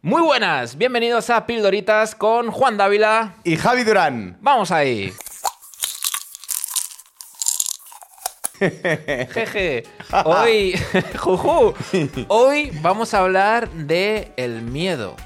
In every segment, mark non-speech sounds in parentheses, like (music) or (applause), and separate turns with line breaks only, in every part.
Muy buenas, bienvenidos a Pildoritas con Juan Dávila.
Y Javi Durán.
Vamos (laughs) ahí. Jeje. Hoy, (laughs) juju, hoy vamos a hablar de el miedo.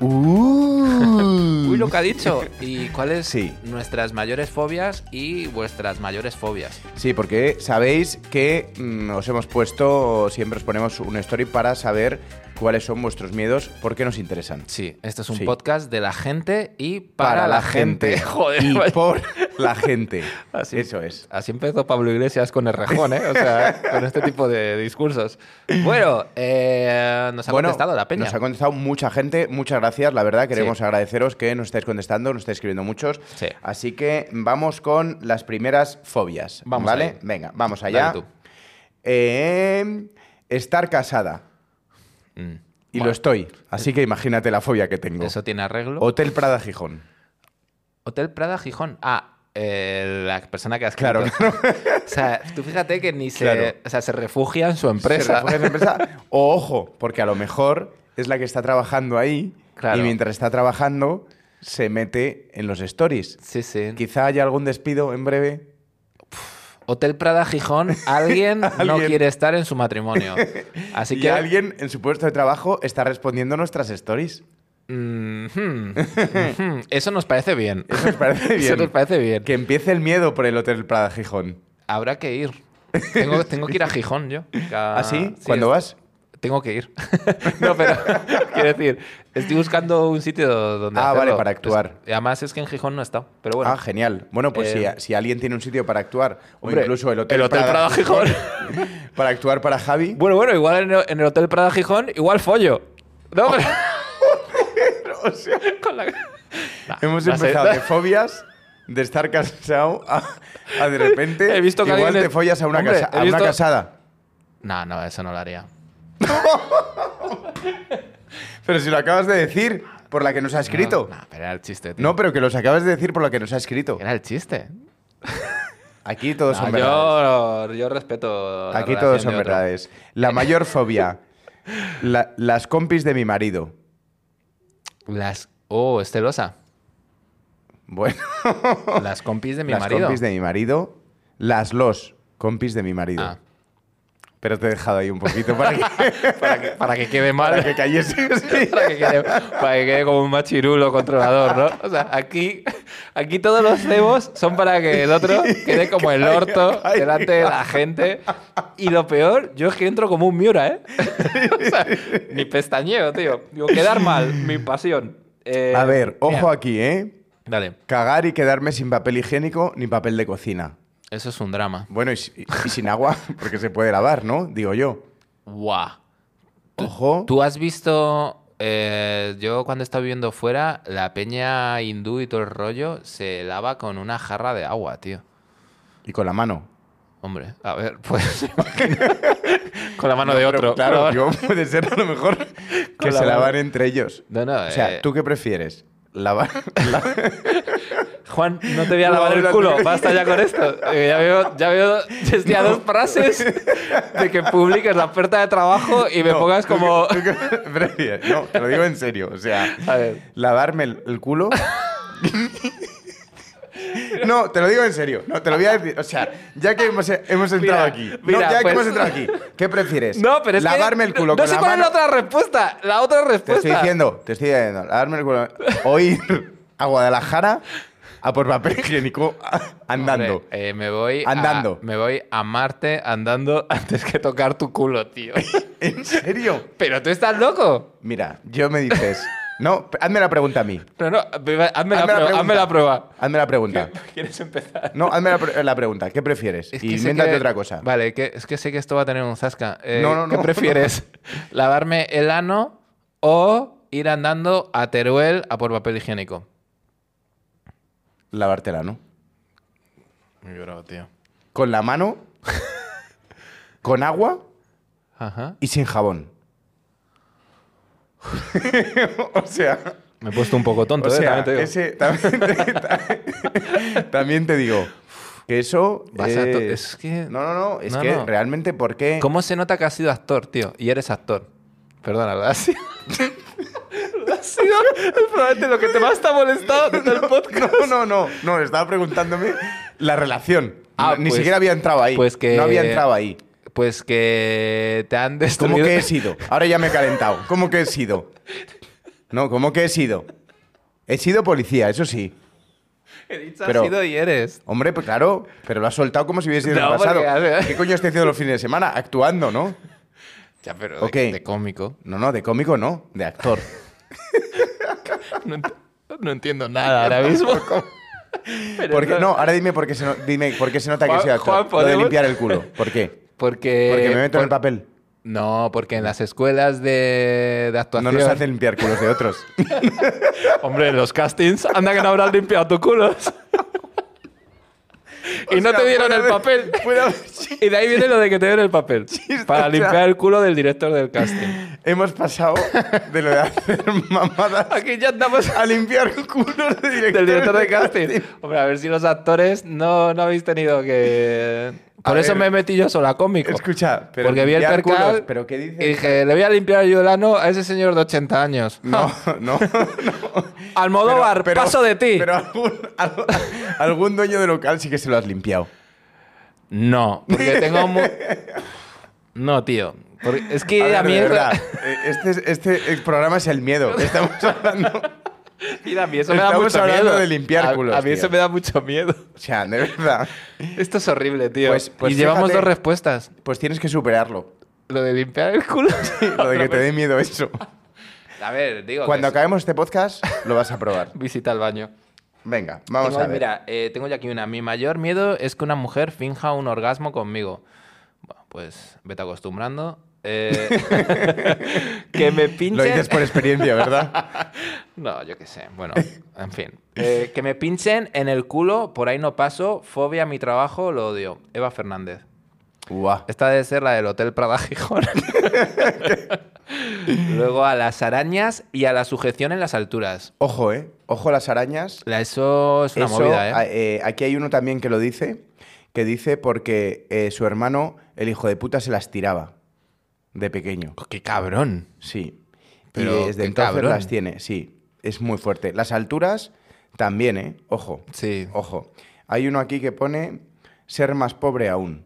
Uy, lo que ha dicho. ¿Y cuáles
Sí.
nuestras mayores fobias y vuestras mayores fobias?
Sí, porque sabéis que mm, os hemos puesto, siempre os ponemos un story para saber cuáles son vuestros miedos, por qué nos interesan.
Sí, este es un
Sí.
podcast de la gente y para, la, gente. (laughs)
(laughs)
Joder,
Y
vaya-
por la gente.
(laughs) Así.
Eso es.
Así empezó Pablo Iglesias con el rejón, ¿eh? O sea, con este tipo de discursos. Bueno, eh, nos ha
Bueno,
contestado la peña.
Nos ha contestado mucha gente, muchas gracias, la verdad, queremos
Sí.
agradeceros que nos estáis contestando, nos estáis escribiendo muchos.
Sí.
Así que vamos con las primeras fobias.
Vamos
¿Vale?
ahí.
Venga, vamos allá.
Dale tú.
Eh, estar casada.
Mm.
Y
Bueno,
lo estoy. Así que imagínate la fobia que tengo.
Eso tiene arreglo.
Hotel Prada Gijón.
Hotel Prada Gijón. Ah, eh, la persona que has
Claro,
escrito. O sea, tú fíjate que ni se,
Claro.
o sea, se refugia en su empresa.
Se refugia en
(laughs)
la empresa. O ojo, porque a lo mejor es la que está trabajando ahí
Claro.
y mientras está trabajando se mete en los stories.
Sí, sí.
Quizá haya algún despido en breve.
Hotel Prada Gijón,
(laughs)
alguien, no
Alguien.
quiere estar en su matrimonio. Así
y
que
alguien en su puesto de trabajo está respondiendo nuestras stories.
Mhm, mhm. Eso nos parece bien. (laughs)
Eso os parece bien.
Eso nos parece bien.
Que empiece el miedo por el Hotel Prada Gijón.
Habrá que ir. Tengo, tengo que ir a Gijón yo. Ca-
¿Así? ¿Ah, ¿Cuándo
Ah, es-
vas?
Tengo que ir. (laughs) no, pero (laughs) quiero decir, estoy buscando un sitio donde.
Ah, vale,
hacerlo.
para actuar.
Es- además es que en Gijón no he estado. Pero bueno.
ah, genial. Bueno, pues
Eh,
si, si alguien tiene un sitio para actuar,
Hombre,
o incluso el Hotel,
el Hotel Prada Gijón.
(laughs) para actuar para Javi.
Bueno, bueno, igual en el, en el Hotel Prada Gijón, igual follo. No,
Oh.
pero- con la- Nah,
Hemos
no sé.
empezado de fobias, de estar casado, a, a
(laughs)
de repente
He visto que
igual
alguien
te
es-
follas a una,
Hombre,
casa-
he
a una
visto-
casada.
(laughs) No, no, eso no lo haría.
Pero si lo acabas de decir, por la que
Ah.
nos ha escrito.
No,
No,
no, pero era el chiste. tío.
pero que los acabas de decir por la que nos ha escrito.
Era el chiste.
Aquí todos
No,
son verdades.
yo, yo respeto. la
Aquí
relación
todos son
de otro.
verdades. La mayor fobia. la- las compis de mi marido.
Las. Oh, es celosa.
Bueno,
Las compis de mi
Oh. las
marido.
compis de mi marido. Las los compis de mi marido.
Ah,
Pero te he dejado ahí un
(laughs)
poquito para que,
para, que, para que quede mal.
para que cayese. sí.
para que quede, para que quede como un machirulo controlador, ¿no? O sea, aquí, aquí todos los cebos son para que el otro quede como el orto
calla.
delante de la gente. Y lo peor, yo es que entro como un miura, ¿eh? o sea, ni pestañeo, tío. Digo, quedar mal, mi pasión. Eh,
A ver, ojo
mira,
aquí, ¿eh?
Dale,
Cagar y quedarme sin papel higiénico ni papel de cocina.
eso es un drama.
Bueno, y, si- y sin agua, (laughs) porque se puede lavar, ¿no? Digo yo.
¡Guau!
Ojo.
¿Tú has visto, eh, yo cuando estaba viviendo fuera, la peña hindú y todo el rollo se lava con una jarra de agua, tío?
Y con la mano.
Hombre, a ver, (laughs) pues imagina. con la mano de
Pero,
otro.
claro,
Con la-
digo, (laughs) puede ser a lo mejor que
Con la
se
mano.
lavan entre ellos.
No, no,
O sea,
eh,
¿tú qué prefieres? ¿Lavar?
Juan, no te voy a
No,
lavar el
no,
culo.
no.
Basta ya con esto. Eh, ya veo, ya veo desde a dos frases de que publiques la oferta de trabajo y me
(laughs) No,
pongas
¿tú
como.
qué- tú qué prefieres? No, te lo digo en serio. O sea,
A ver.
lavarme el, el culo. No, te lo digo en serio. No, te lo voy a decir. O sea, ya que hemos, hemos entrado
Mira,
aquí. No,
mira,
ya que
pues-
hemos entrado aquí. ¿Qué prefieres?
No, pero es que-
Lavarme el culo
No
con
sé
la
cuál es
mano.
la otra respuesta. La otra
Te
respuesta.
estoy diciendo, te estoy diciendo, lavarme el culo. O ir a Guadalajara a por papel higiénico a- andando.
Hombre, eh, me voy a-
Andando.
me voy a Marte andando (laughs) antes que tocar tu culo, tío. (laughs)
¿En serio?
Pero tú estás loco.
Mira, yo me dices. No, hazme la pregunta a mí.
No, no, hazme, la,
Hazme la
prueba,
pregunta.
hazme la prueba.
Hazme la pregunta.
¿Quieres empezar?
No, hazme la, pre- la pregunta. ¿Qué prefieres?
Es que
y
sé
invéntate
que-
otra cosa.
Vale, que, es que sé que esto va a tener un zasca. Eh,
No, no,
¿Qué
no.
prefieres? (laughs) ¿Lavarme el ano o ir andando a Teruel a por papel higiénico?
Lavártela, ¿no?
Muy bravo, tío.
Con la
(laughs)
mano, con agua
Ajá.
y sin jabón. (laughs) o sea,
Me he puesto un poco (laughs) tonto,
O
¿eh?
sea,
También te digo.
ese- también, te, (laughs) también te digo que eso
Vas a to- es que-
no, no, no, es
no,
que
no.
realmente porque
(laughs) ¿Cómo se nota que has sido actor, tío? Y eres actor. Perdona, ¿verdad? Sí. sido probablemente lo que te más te ha molestado desde el podcast.
(laughs) No, no, no, no, estaba preguntándome la relación.
Ah,
Ni
pues-
siquiera había entrado ahí.
pues que-
No había entrado ahí.
Pues que te han destruido. (laughs)
¿Cómo que he sido? Ahora ya me he calentado. ¿Cómo que he sido? No, ¿cómo que he sido? He sido policía, eso sí.
He dicho
Pero-
has sido y eres.
Hombre, pues claro, pero lo has soltado como si hubiese sido el
No,
pasado.
porque, a ver.
¿Qué coño estoy haciendo los fines de semana? Actuando, ¿no?
Ya, pero
de- Ok. de
cómico.
No, no, de cómico no, de actor.
No, entiendo nada ahora (laughs) mismo.
Porque, no, ahora dime por qué se, no- dime por qué se nota que
Juan-
soy actor.
Juan,
Lo de
¿podemos?
limpiar el culo. ¿Por qué?
Porque.
Porque me meto en el
por-
papel.
No, porque en las escuelas de, de
No
actuación.
nos hacen limpiar culos de otros.
(laughs) Hombre, en los castings, anda que no habrás limpiado tu
(laughs)
culo. y
O
no
sea,
te dieron
puede
el
haber- (laughs)
papel.
puede haber chi-
Y de ahí viene lo de que te dieron el
(laughs)
papel.
Chiste,
para
o sea-
limpiar el culo del director del casting.
Hemos pasado de lo de hacer (laughs) mamadas
Aquí ya andamos
a limpiar culos de
(laughs)
director.
del director
(laughs)
de casting. Hombre, a ver si los actores no, no habéis tenido que... Por eso
ver.
me metí yo solo a cómico.
Escucha, pero
porque vi el
limpiar
percal
culos, ¿pero qué dices?
y dije, le voy a limpiar yo el ano a ese señor de 80 años.
(laughs) No,
(laughs)
no, no.
Almodóvar,
Pero- pero-
paso de ti.
Pero algún, al- algún dueño de local sí que se lo has limpiado.
No, porque tengo... mu- No, tío. Porque es que
A ver,
a,
de
mí...
verdad,
(laughs)
eh, Este, es- este el programa es el miedo. Estamos hablando.
Mira, a mí eso me da
Estamos
mucho
hablando
miedo.
de limpiar
A-
culos,
A mí
tío.
eso me da mucho miedo.
O sea, de verdad.
Esto es horrible, tío.
Pues- pues
y llevamos
fíjate.
dos respuestas.
Pues tienes
(laughs)
que superarlo.
Lo de limpiar el culo.
Lo de que te dé miedo eso.
(laughs) A ver, digo.
Cuando
que es-
acabemos este podcast, lo vas a probar.
Visita al baño.
Venga, vamos
Tengo-
a ver.
Mira, eh, tengo ya aquí una. Mi mayor miedo es que una mujer finja un orgasmo conmigo. Bueno, pues vete acostumbrando. (laughs) Eh, que me pinchen.
Lo dices por
(laughs)
experiencia, ¿verdad?
No, yo qué sé. Bueno, en fin. Eh, que me pinchen en el culo, por ahí no paso. Fobia a mi trabajo, lo odio. Eva Fernández.
Buah.
Esta debe ser la del Hotel Prada Gijón. (laughs) Luego a las arañas y a la sujeción en las alturas.
Ojo, ¿eh? Ojo a las arañas.
La- Eso es una
Eso,
movida, ¿eh?
a- eh, aquí hay uno también que lo dice, que dice porque eh, su hermano, el hijo de puta, se las tiraba de pequeño.
¡Qué cabrón!
Sí.
Pero
y desde
qué
entonces
cabrón.
las tiene, sí. Es muy fuerte. Las alturas también, ¿eh? Ojo.
Sí.
Ojo. Hay uno aquí que pone ser más pobre aún.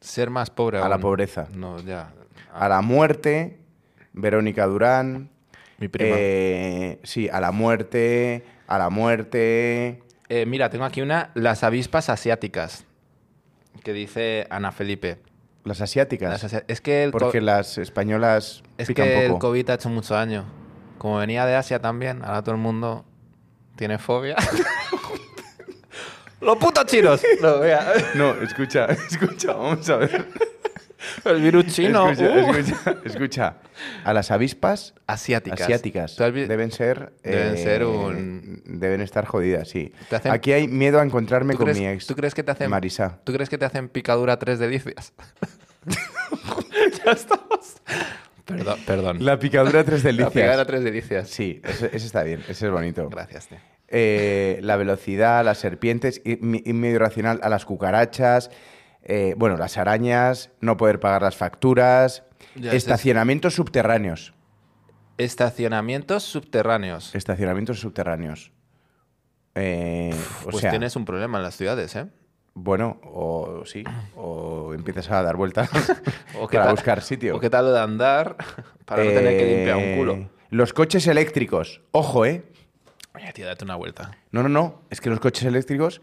Ser más pobre.
A la
aún.
pobreza.
No, ya.
A la muerte, Verónica Durán.
Mi prima. Eh...
eh, sí, a la muerte, a la muerte.
Eh, mira, tengo aquí una. Las avispas asiáticas. Que dice Ana Felipe.
Las
Las
asiáticas.
asia- es que el, co-
porque las españolas
es
pican
que el
poco.
COVID ha hecho mucho daño. Como venía de Asia también, ahora todo el mundo tiene fobia. (laughs) ¡Los putos chinos! (laughs) No, vea.
(laughs) No, escucha, escucha, vamos a ver.
El virus chino.
escucha,
uh.
escucha, escucha. A las avispas
Asiáticas.
asiáticas
¿Tú has vi-
deben ser. eh,
deben ser un-
Deben estar jodidas, sí.
Te hacen-
Aquí hay miedo a encontrarme
¿tú
con
crees,
mi ex.
tú crees que te hacen
Marisa.
¿Tú crees que te hacen picadura tres delicias? (laughs) ya estamos. Perdón, perdón.
La picadura
(laughs)
tres
La picadura
delicias.
tres delicias.
Sí, ese, ese está bien, ese es bonito.
Gracias, tío.
Eh, la velocidad, las serpientes, y, mi- y medio racional a las cucarachas, eh, bueno, las arañas, no poder pagar las facturas,
Ya, ese es-
estacionamientos subterráneos.
Estacionamientos subterráneos.
Estacionamientos subterráneos. Eh, o
pues
sea,
tienes un problema en las ciudades, ¿eh?
bueno, o sí, o empiezas a dar vueltas
(laughs) O qué
para
tal-
buscar sitio.
¿O qué tal lo de andar (laughs) para no tener que limpiar un
Eh,
culo?
Los coches eléctricos, ojo, ¿eh?
Oye, tío, date una vuelta.
No, no, no, es que los coches eléctricos,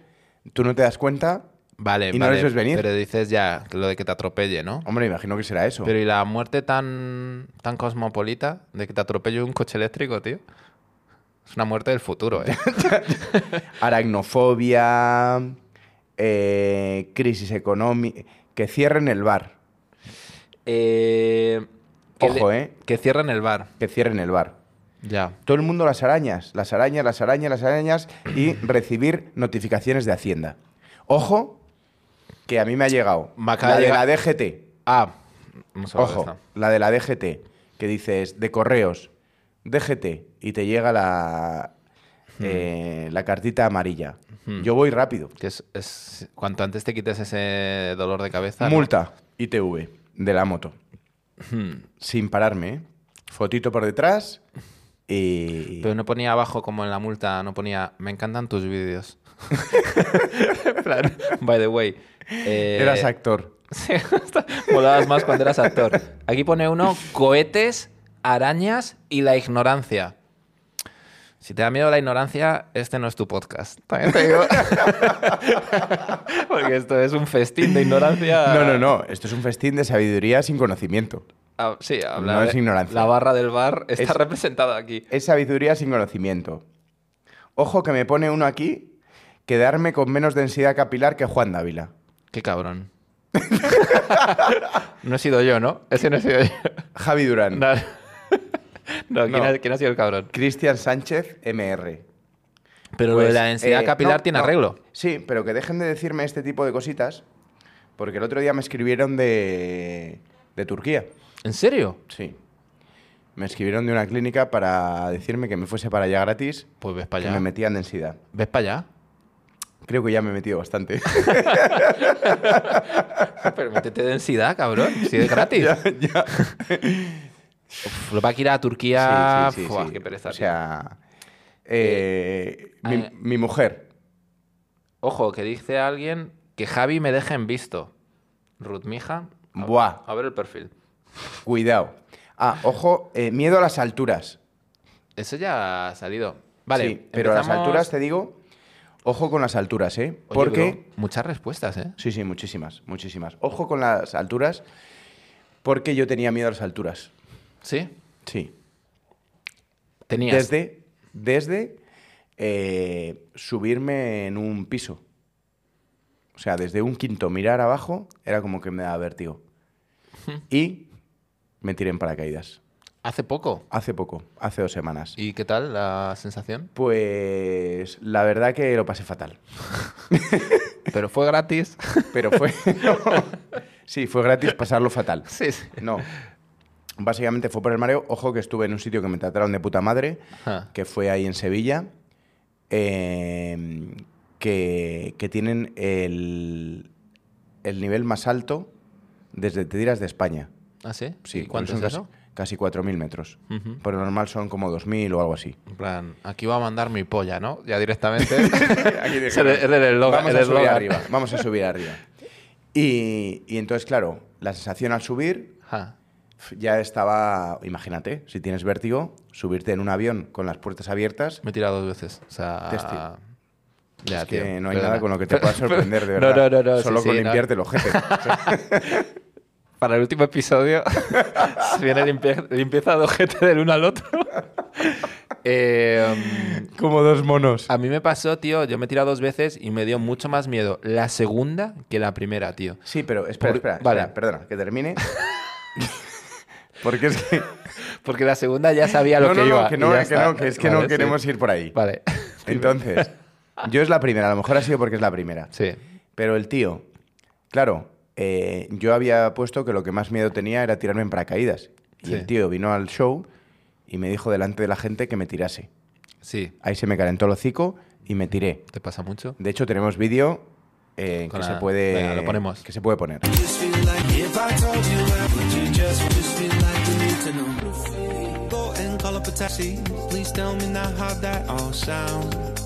tú no te das cuenta.
Vale,
Y no
vale.
les ves venir.
Pero dices ya lo de que te atropelle, ¿no?
Hombre, imagino que será eso.
Pero ¿y la muerte tan, tan cosmopolita de que te atropelle un coche eléctrico, tío? Es una muerte del futuro, (laughs) ¿eh?
Aracnofobia, eh, crisis económica. Que cierren el bar.
Eh, que
Ojo,
le-
¿eh?
Que cierren el bar.
Que cierren el bar.
Ya.
Todo el mundo las arañas, las arañas, las arañas, las arañas y recibir notificaciones de Hacienda. Ojo, que a mí me ha llegado.
Me acaba
la
de
de
llegar-
la DGT.
Ah, no sé dónde
Ojo,
está.
la de la DGT. Que dices, de correos, DGT. Y te llega la,
Hmm.
eh, la cartita amarilla. Yo voy rápido.
Que es, es- cuanto antes te quites ese dolor de cabeza. ¿no?
Multa ITV
Hmm.
de la moto. Sin pararme, ¿eh? Fotito por detrás Y...
Pero no ponía abajo como en la multa, no ponía, me encantan tus (laughs) vídeos. En plan, by the way. eh,
Eras actor.
Sí, hasta molabas más cuando eras actor. Aquí pone uno, cohetes, arañas y la ignorancia. Si te da miedo la ignorancia, este no es tu podcast. También te (laughs) digo. Porque esto es un festín de ignorancia.
No, no, no. Esto es un festín de sabiduría sin conocimiento.
Ah, sí, habla
No
de-
es ignorancia.
La barra del bar está
Es-
representada aquí.
Es sabiduría sin conocimiento. Ojo que me pone uno aquí, quedarme con menos densidad capilar que Juan Dávila.
Qué cabrón. (laughs) no he sido yo, ¿no? Ese no he sido yo.
Javi Durán.
No, Mm. No, ¿quién,
No.
Ha, quién ha sido el cabrón?
Cristian Sánchez, MR.
Pero
Pues,
lo de la densidad
eh,
capilar
no,
tiene
no.
arreglo.
Sí, pero que dejen de decirme este tipo de cositas, porque el otro día me escribieron de, de Turquía.
¿En serio?
Sí. Me escribieron de una clínica para decirme que me fuese para allá gratis,
Pues ves para
que
allá.
me metían densidad.
¿Ves para
Creo que ya me he metido bastante.
allá? (laughs) Pero métete densidad, cabrón. Si es gratis.
(laughs) Ya- ya.
Uf, lo va a ir a Turquía.
Sí, sí, sí,
Fua,
sí.
Qué pereza.
O sea, eh, mi,
eh.
mi mujer.
tío. Ojo, que dice alguien que Javi me deje en visto. Ruth Mija. A-
Buah.
A ver el perfil.
Cuidado. Ah, ojo, eh, miedo a las alturas.
Eso ya ha salido. Vale.
Sí, pero a las
empezamos-
alturas te digo, ojo con las alturas, ¿eh?
Oye,
porque
bro, muchas respuestas, ¿eh?
sí, sí, muchísimas, muchísimas. Ojo con las alturas, porque yo tenía miedo a las alturas.
Sí.
Sí.
Tenías.
Desde, desde eh, subirme en un piso. O sea, desde un quinto mirar abajo era como que me daba vértigo. Y me tiré en paracaídas.
Hace poco.
Hace poco, hace dos semanas.
¿Y qué tal la sensación?
Pues la verdad que lo pasé fatal.
Pero fue gratis. (laughs)
Pero fue. (laughs) sí, fue gratis pasarlo fatal.
sí, sí.
No. Básicamente fue por el mareo. Ojo que estuve en un sitio que me trataron de puta madre,
Ajá.
que fue ahí en Sevilla, eh, que, que tienen el, el nivel más alto desde te tiras de España.
¿Ah, sí?
Sí,
¿Y ¿Cuánto
son
es eso?
Casi, casi 4.000 metros.
Ujú.
Por lo normal son como 2.000 o algo así.
En plan, aquí va a mandar mi polla, ¿no? Ya directamente.
(laughs)
Es el-
dijeron,
es el eslogan,
Vamos
el
a subir
eslogan".
arriba. Vamos a subir arriba. Y, y entonces, claro, la sensación al subir
Ajá.
ya estaba. Imagínate, si tienes vértigo, subirte en un avión con las puertas abiertas.
Me he tirado dos veces. O sea.
Testigo.
Ya,
es que
tío,
no hay
perdona.
nada con lo que
(laughs)
te pueda sorprender, de
No,
verdad.
no, no, no,
Solo
sí,
con
sí, no.
limpiarte
(laughs)
los jefes.
Para el último episodio, (laughs) se viene limpie- limpieza de ojete del uno al otro. (laughs) Eh,
Como dos monos.
a mí me pasó, tío, yo me he tirado dos veces y me dio mucho más miedo la segunda que la primera, tío.
Sí, pero espera,
Por-
espera,
vale.
espera, perdona, que
(laughs)
termine. Porque es que.
Porque la segunda ya sabía lo
no,
que
no,
iba.
no, que
y
no,
ya
que
está.
no, que es que
Vale,
no
sí.
queremos ir por ahí.
Vale. (laughs)
Entonces, yo es la primera, a lo mejor ha sido porque es la primera.
Sí.
Pero el tío, claro, eh, yo había puesto que lo que más miedo tenía era tirarme en paracaídas. Y
Sí.
el tío vino al show y me dijo delante de la gente que me tirase.
Sí.
Ahí se me calentó el hocico y me tiré.
¿Te pasa mucho?
De hecho, tenemos vídeo eh,
Con
que,
la-
se puede,
Venga, lo ponemos.
que se puede poner.
Just feel like if I told you where would you just just feel like you need to know. Go and call up a taxi. Please tell me now how that all sounds.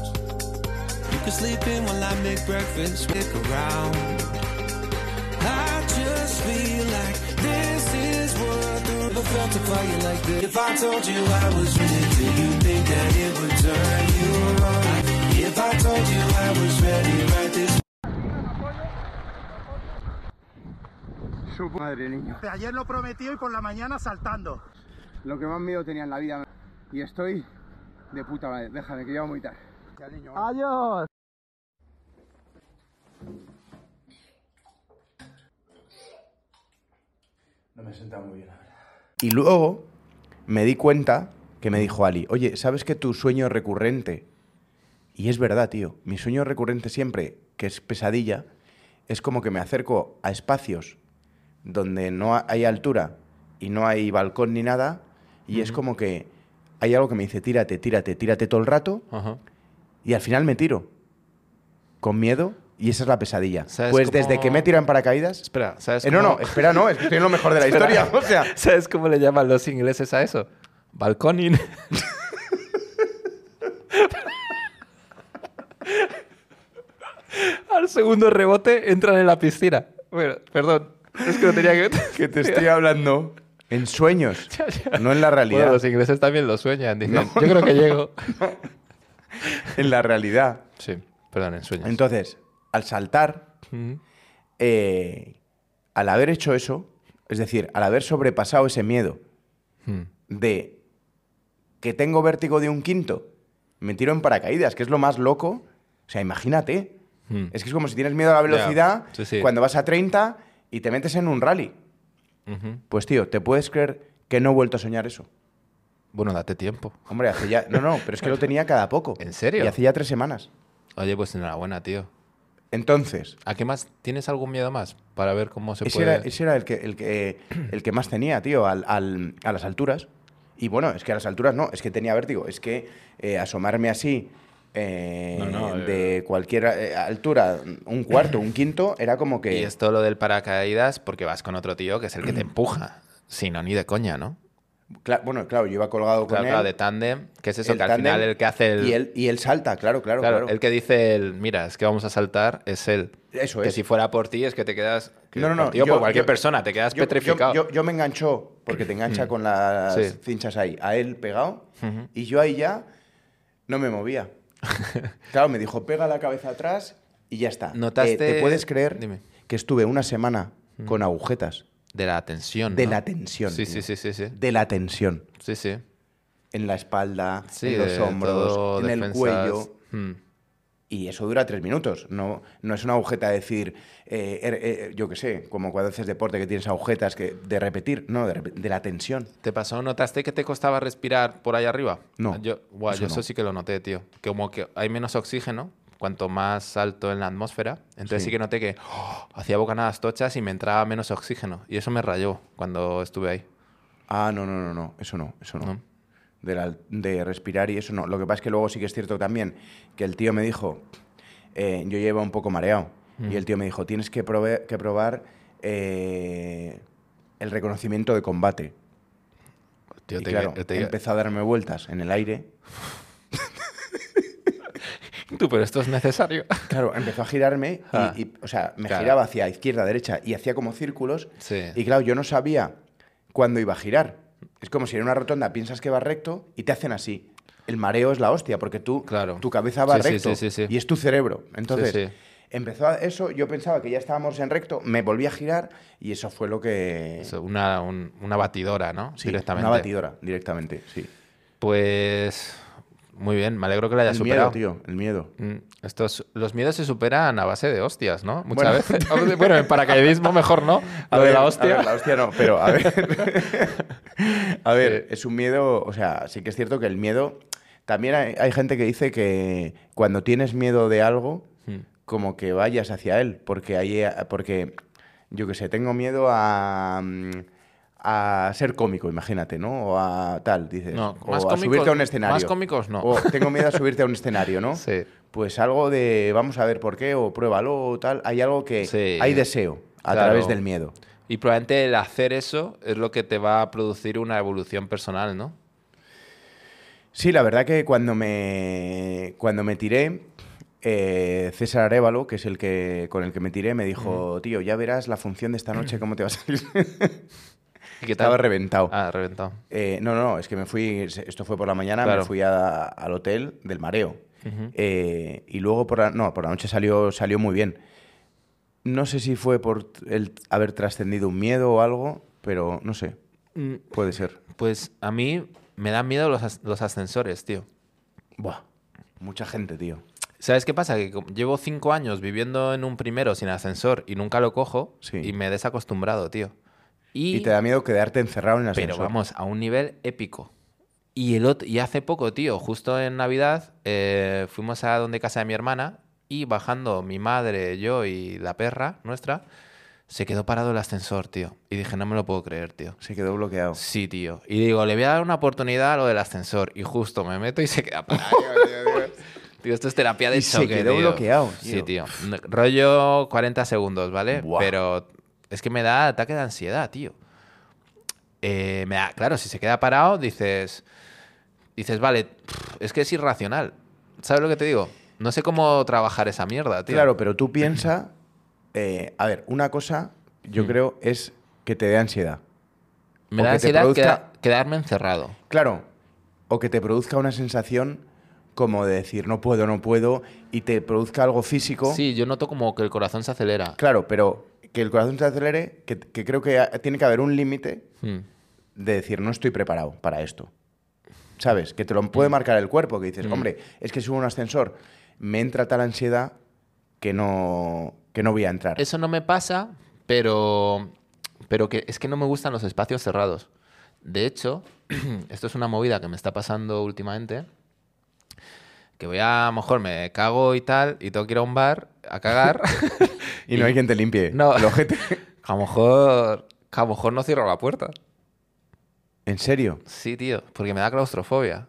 You can sleep in while I make breakfast. Stick around. I just feel like this is what the river felt to fire like this. If I told you I was ready, do you think that it would turn you around? If I told you I was ready right this
Su madre, niño.
Ayer lo prometió y por la mañana saltando.
Lo que más miedo tenía en la vida. Y estoy de puta madre. Déjame, que ya voy a vomitar.
¡Adiós!
Y luego me di cuenta que me dijo Ali, oye, ¿sabes que tu sueño es recurrente? Y es verdad, tío. Mi sueño recurrente siempre, que es pesadilla, es como que me acerco a espacios donde no ha- hay altura y no hay balcón ni nada. Y es como que hay algo que me dice, tírate, tírate, tírate todo el rato.
Ajá.
Y al final me tiro. Con miedo. Y esa es la pesadilla.
¿Sabes
Pues
cómo-
desde que me tiro en paracaídas...
Espera, ¿sabes
Eh, no, no,
cómo-
espera, no. es que Estoy en lo mejor de
(laughs)
la
Espera.
historia. O sea...
¿Sabes cómo le llaman los ingleses a eso? Balconing. segundo rebote, entran en la piscina. Bueno, perdón. Es que lo tenía (laughs) que...
Que te estoy hablando en sueños, no en la
Bueno,
realidad.
los ingleses también lo sueñan. Dicen, yo creo que llego.
En la realidad.
(laughs) Sí, perdón, en sueños.
Entonces, al saltar,
Ujú.
eh, al haber hecho eso, es decir, al haber sobrepasado ese miedo
Hmm.
de que tengo vértigo de un quinto, me tiro en paracaídas, que es lo más loco. O sea, imagínate.
Hmm.
Es que es como si tienes miedo a la velocidad
Sí, sí.
cuando vas a 30 y te metes en un rally.
Ujú.
Pues tío, ¿te puedes creer que no he vuelto a soñar eso?
Bueno, date tiempo.
Hombre, hace ya... No, no, pero es que lo tenía cada poco.
¿En serio?
Y hace ya tres semanas.
Oye, pues enhorabuena, tío.
Entonces,
¿A qué más? ¿Tienes algún miedo más? Para ver cómo se
Ese
puede...
era, ese era el, que, el, que, eh, el que más tenía, tío, al- al- a las alturas. Y bueno, es que a las alturas no, es que tenía vértigo. Es que eh, asomarme así eh,
No, no,
de cualquier eh, altura, un cuarto, un quinto, era como que...
Y esto lo del paracaídas porque vas con otro tío que es el que
(clears throat)
te empuja. Si no, ni de coña, ¿no?
Cla- bueno, claro, yo iba colgado
Claro,
con
claro,
él.
de tándem, que es eso,
el
que al
tándem,
final el que hace el...
Y él, y él salta, claro, claro,
claro,
claro.
el que dice el, mira, es que vamos a saltar, es él.
Eso
que
es.
si fuera por ti es que te quedas... que
No, no, no.
Por ti o por
yo-
cualquier
yo-
persona, te quedas
yo- yo-
petrificado. Mm.
Yo, yo me enganchó, porque te engancha con las
Sí.
cinchas ahí, a él pegado,
Ujú.
y yo ahí ya no
(laughs)
me movía. claro, me dijo, pega la cabeza atrás y ya está. Eh,
¿Notaste-
¿Te puedes creer
Dime.
que estuve una semana con agujetas
De la tensión,
de
¿no?
la tensión?
Sí,
tío.
sí, sí, sí, sí.
De la tensión.
Sí, sí.
En la espalda,
Sí,
en los
de
hombros,
todo,
en el
defensas.
cuello.
Hmm.
Y eso dura tres minutos. No, no es una agujeta de decir, eh, er- eh, yo qué sé, como cuando haces deporte que tienes agujetas que, de repetir. No, de, repe- de la tensión.
¿Te pasó? ¿Notaste que te costaba respirar por ahí arriba?
No,
Yo, guau,
eso
yo eso
no.
sí que lo noté, tío. Que como que hay menos oxígeno, cuanto más alto en la atmósfera. Entonces sí,
Sí.
que noté que oh, hacía bocanadas tochas y me entraba menos oxígeno. Y eso me rayó cuando estuve ahí.
Ah, no, no, no, no, eso no, eso no.
No.
De, la- de respirar y eso no. Lo que pasa es que luego sí que es cierto también que el tío me dijo, eh, yo llevo un poco mareado,
Mm.
y el tío me dijo, tienes que, prove- que probar eh, el reconocimiento de combate.
Tío,
y
te-
claro,
te-
empezó a darme vueltas en
(laughs)
el aire.
Tú, pero esto es
(laughs)
necesario.
Claro, empezó a girarme y-
Ah.
y, o sea, me
Claro.
giraba hacia izquierda, derecha y hacía como círculos.
Sí.
Y claro, yo no sabía cuándo iba a girar. Es como si en una rotonda piensas que va recto y te hacen así. El mareo es la hostia, porque tú,
Claro.
tu cabeza va
Sí, sí,
recto
sí, sí, sí.
y es tu cerebro. Entonces,
Sí, sí.
empezó a- eso, yo pensaba que ya estábamos en recto, me volví a girar y eso fue lo que...
Eso, una, un- una batidora, ¿no?
Sí,
Directamente.
Una batidora, directamente, sí.
Pues muy bien, me alegro que la hayas
El
superado.
miedo, tío, el miedo.
Mm, Estos, los miedos se superan a base de hostias, ¿no?
Bueno.
Muchas veces. (laughs) Bueno, en paracaidismo mejor,
(laughs)
¿no? A, ver, la hostia.
a ver, la hostia no, pero a ver.
(laughs)
a ver, es un miedo, o sea, sí que es cierto que el miedo. También hay, hay gente que dice que cuando tienes miedo de algo,
Mm,
como que vayas hacia él, porque ahí, porque yo que sé, tengo miedo a mm, a ser cómico, imagínate, ¿no? O a tal, dices.
No,
o
más
a
cómicos-
subirte a un escenario.
más cómicos no.
O
(laughs)
tengo miedo a subirte a un escenario, ¿no?
Sí.
Pues algo de vamos a ver por qué, o pruébalo, o tal. Hay algo que.
Sí.
Hay deseo a
Claro.
través del miedo.
Y probablemente el hacer eso es lo que te va a producir una evolución personal, ¿no?
Sí, la verdad que cuando me, cuando me tiré, eh, César Arevalo, que es el que con el que me tiré, me dijo, tío, ya verás la función de esta noche, cómo te va
(laughs)
a salir.
¿Y qué tal?
Estaba reventado.
Ah, reventado.
Eh, no, no, es que me fui, se- esto fue por la mañana,
Claro.
me fui a- al hotel del mareo. Eh, y luego por la, no, por la noche salió, salió muy bien. No sé si fue por el haber trascendido un miedo o algo, pero no sé, puede ser.
Mm, Pues a mí me dan miedo los, as- los ascensores, tío.
Buah, mucha gente, tío.
¿Sabes qué pasa? Que como- llevo cinco años viviendo en un primero sin ascensor y nunca lo cojo
Sí.
y me he desacostumbrado, tío. Y,
Y, te da miedo quedarte encerrado en el
Pero
ascensor.
vamos, a un nivel épico. Y, el ot- y hace poco, tío, justo en Navidad, eh, fuimos a donde casa de mi hermana y bajando mi madre, yo y la perra nuestra, se quedó parado el ascensor, tío. Y dije, no me lo puedo creer, tío.
Se quedó bloqueado.
Sí, tío. Y digo, le voy a dar una oportunidad a lo del ascensor. Y justo me meto y se queda parado.
(laughs)
Tío, esto es terapia de
Y se
choque,
quedó
tío.
bloqueado,
Sí,
tío.
tío. No, Rollo 40 segundos, ¿vale?
Buah.
Pero es que me da ataque de ansiedad, tío. Eh, me da- claro, si se queda parado, dices... Dices, vale, pff, es que es irracional. ¿Sabes lo que te digo? No sé cómo trabajar esa mierda, tío.
Claro, pero tú (clears throat) piensa. eh, a ver, una cosa, yo creo, es que te dé ansiedad.
Me
o
da
que te
ansiedad
produzca-
queda- quedarme encerrado.
Claro, o que te produzca una sensación como de decir no puedo, no puedo, y te produzca algo físico.
Sí, yo noto como que el corazón se acelera.
Claro, pero que el corazón se acelere, que, que creo que ah, tiene que haber un límite
Hmm.
de decir no estoy preparado para esto. ¿Sabes? Que te lo puede marcar el cuerpo, que dices, hombre, es que subo un ascensor, me entra tal ansiedad que no, que no voy a entrar.
Eso no me pasa, pero, pero que es que no me gustan los espacios cerrados. De hecho, (clears throat) esto es una movida que me está pasando últimamente. Que voy a, a lo mejor me cago y tal, y tengo que ir a un bar a (laughs) cagar.
y no hay quien te limpie.
No.
el
(laughs)
ojete.
a lo mejor. A lo mejor no cierro la puerta.
¿En serio?
Sí, tío, porque me da claustrofobia.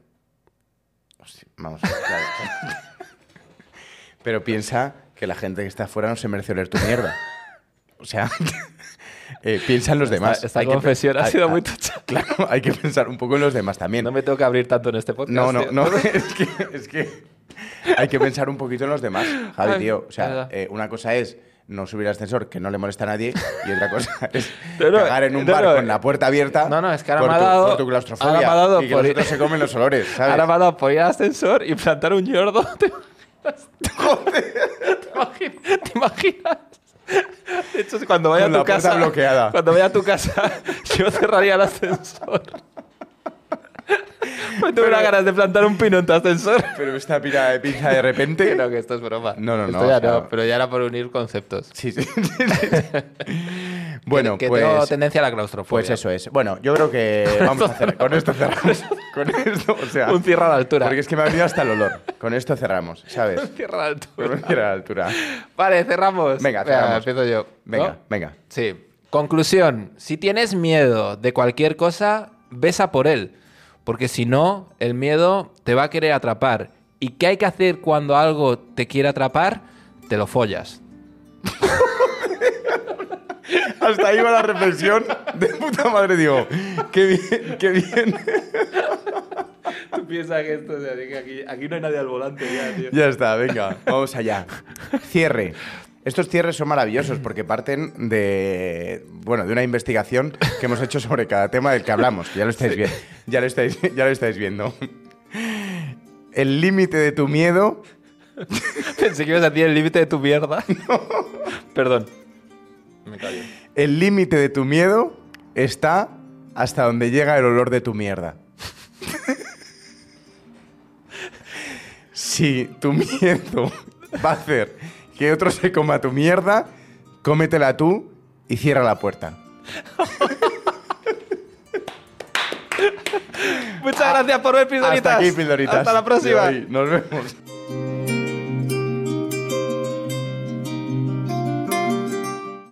Hostia, Vamos. claro. Pero piensa que la gente que está afuera no se merece oler tu mierda. O sea, (laughs) eh, piensa en los demás.
esta
Hay que pe-
confesión ha
hay-
sido
hay-
muy tocha.
Claro, hay que pensar un poco en los demás también.
No me tengo que abrir tanto en este podcast.
No, no,
tío.
no.
(laughs)
(laughs) Es que, es que hay que pensar un poquito en los demás, Javi,
Ay,
tío. O sea,
verdad.
eh, una cosa es no subir al ascensor, que no le molesta a nadie, y otra cosa (laughs) es
No, no,
cagar en un
no,
bar
no.
con la puerta abierta
eh, No, no, es que ahora
por,
me ha
tu,
dado-
por tu claustrofobia
ahora me ha dado
y que
por-
los otros se comen los olores,
(laughs)
¿sabes?
Ahora me ha dado por ir al ascensor y plantar un yordo. (laughs) ¿Te imaginas? ¿Te imaginas? De hecho, cuando vaya
Con
a
la
tu
puerta
casa.
bloqueada.
Cuando vaya a tu casa, (laughs) yo cerraría el ascensor. (laughs) Me tuve las ganas de plantar un pino en tu ascensor. (laughs)
Pero esta pira de pizza de repente...
Que no, que esto es broma.
No, no, no,
Esto ya
o sea-
no, pero ya era por unir conceptos. (laughs)
Sí, sí, (laughs) sí, sí, sí. Bueno,
que
pues...
tengo tendencia a la claustrofobia.
Pues eso es. Bueno, yo
(laughs)
creo que vamos a hacer. Con esto cerramos. Con esto, o sea.
Un cierre a la altura. (laughs)
Porque es que me ha venido hasta el olor. Con esto cerramos, ¿sabes?
Cierra la
Con un
altura.
cierre Pues, a la altura.
Vale, cerramos.
Venga, cerramos.
empiezo yo.
Venga,
¿No?
venga.
Sí. Conclusión. Si tienes miedo de cualquier cosa, besa por él. Porque si no, el miedo te va a querer atrapar. ¿Y qué hay que hacer cuando algo te quiere atrapar? Te lo (laughs) follas.
Hasta ahí va la reflexión. De puta madre, digo. Qué bien, qué bien.
Tú piensas que esto, aquí, no hay nadie al volante ya, tío.
Ya está, venga, vamos allá. Cierre. Estos cierres son maravillosos porque parten de, bueno, de una investigación que hemos hecho sobre cada tema del que hablamos. que Ya lo estáis, vi- ya lo estáis, ya lo estáis viendo. El límite de tu miedo
(laughs) Pensé que ibas a decir el límite de tu (laughs) mierda. Perdón. Me callo.
El límite de tu miedo está hasta donde llega el olor de tu mierda. si tu miedo va a hacer que otro se coma tu mierda, cómetela tú y cierra la puerta.
Muchas gracias por ver, Pildoritas.
Hasta aquí, pildoritas.
Ah, Hasta la
de
próxima.
hoy. Nos vemos.